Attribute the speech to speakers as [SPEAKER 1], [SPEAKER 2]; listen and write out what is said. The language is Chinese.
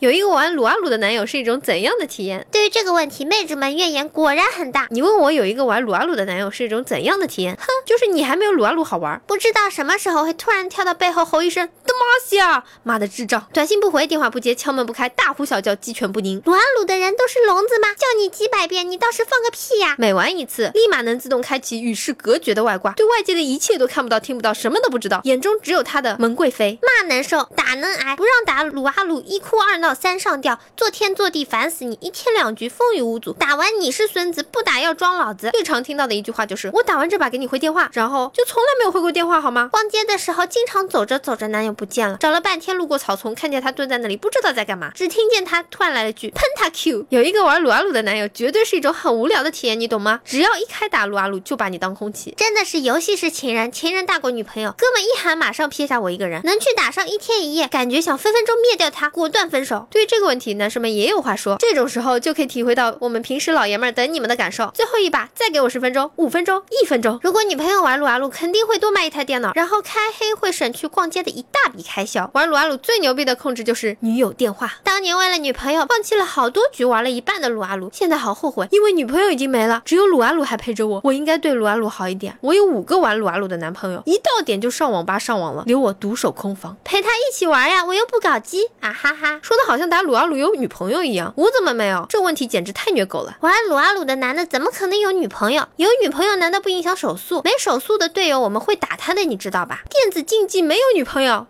[SPEAKER 1] 有一个玩撸啊撸的男友是一种怎样的体验？
[SPEAKER 2] 对于这个问题，妹子们怨言果然很大。
[SPEAKER 1] 你问我有一个玩撸啊撸的男友是一种怎样的体验？哼，就是你还没有撸啊撸好玩。
[SPEAKER 2] 不知道什么时候会突然跳到背后吼一声“他
[SPEAKER 1] 妈西啊，妈的智障！”短信不回，电话不接，敲门不开，大呼小叫，鸡犬不宁。
[SPEAKER 2] 撸啊撸的人都是聋子吗？叫你几百遍，你倒是放个屁呀、
[SPEAKER 1] 每玩一次，立马能自动开启与世隔绝的外挂，对外界的一切都看不到、听不到，什么都不知道，眼中只有他的门贵妃。
[SPEAKER 2] 骂难受，打能挨，不让打撸啊撸，一哭二闹三上吊，坐天坐地烦死你，一天两局风雨无阻。打完你是孙子，不打要装老子。
[SPEAKER 1] 最常听到的一句话就是：“我打完这把给你回电话。”然后就从来没有回过电话，好吗？
[SPEAKER 2] 逛街的时候，经常走着走着，男友不见了，
[SPEAKER 1] 找了半天，路过草丛，看见他蹲在那里，不知道在干嘛。
[SPEAKER 2] 只听见他突然来了句喷他 Q。
[SPEAKER 1] 有一个玩撸啊撸的男友，绝对是一种很无聊的体验，你懂吗？只要一开打撸啊撸，就把你当空气。
[SPEAKER 2] 真的是游戏是情人，情人大过女朋友。哥们一喊，马上撇下我一个人，能去打上一天一夜，感觉想分分钟灭掉他，果断分手。
[SPEAKER 1] 对于这个问题，男生们也有话说。这种时候就可以体会到我们平时老爷们儿等你们的感受。最后一把，再给我十分钟、五分钟、一分钟。
[SPEAKER 2] 如果女朋友玩撸啊撸，肯定会多买一台电脑，然后开黑会省去逛街的一大笔开销。
[SPEAKER 1] 玩撸啊撸最牛逼的控制就是女友电话。
[SPEAKER 2] 当年为了女朋友，放弃了好多局，玩了一半的撸啊撸，现在好后悔。
[SPEAKER 1] 因为女朋友已经没了，只有撸啊撸还陪着我，我应该对撸啊撸好一点。我有五个玩撸啊撸的男朋友，一到点就上网吧上网了，留我独守空房，
[SPEAKER 2] 陪她一起玩呀，我又不搞基啊哈哈！
[SPEAKER 1] 说的好像打撸啊撸有女朋友一样，我怎么没有？这问题简直太虐狗了。
[SPEAKER 2] 玩撸啊撸的男的怎么可能有女朋友？有女朋友难道不影响手速？没手速的队友我们会打他的，你知道吧？
[SPEAKER 1] 电子竞技没有女朋友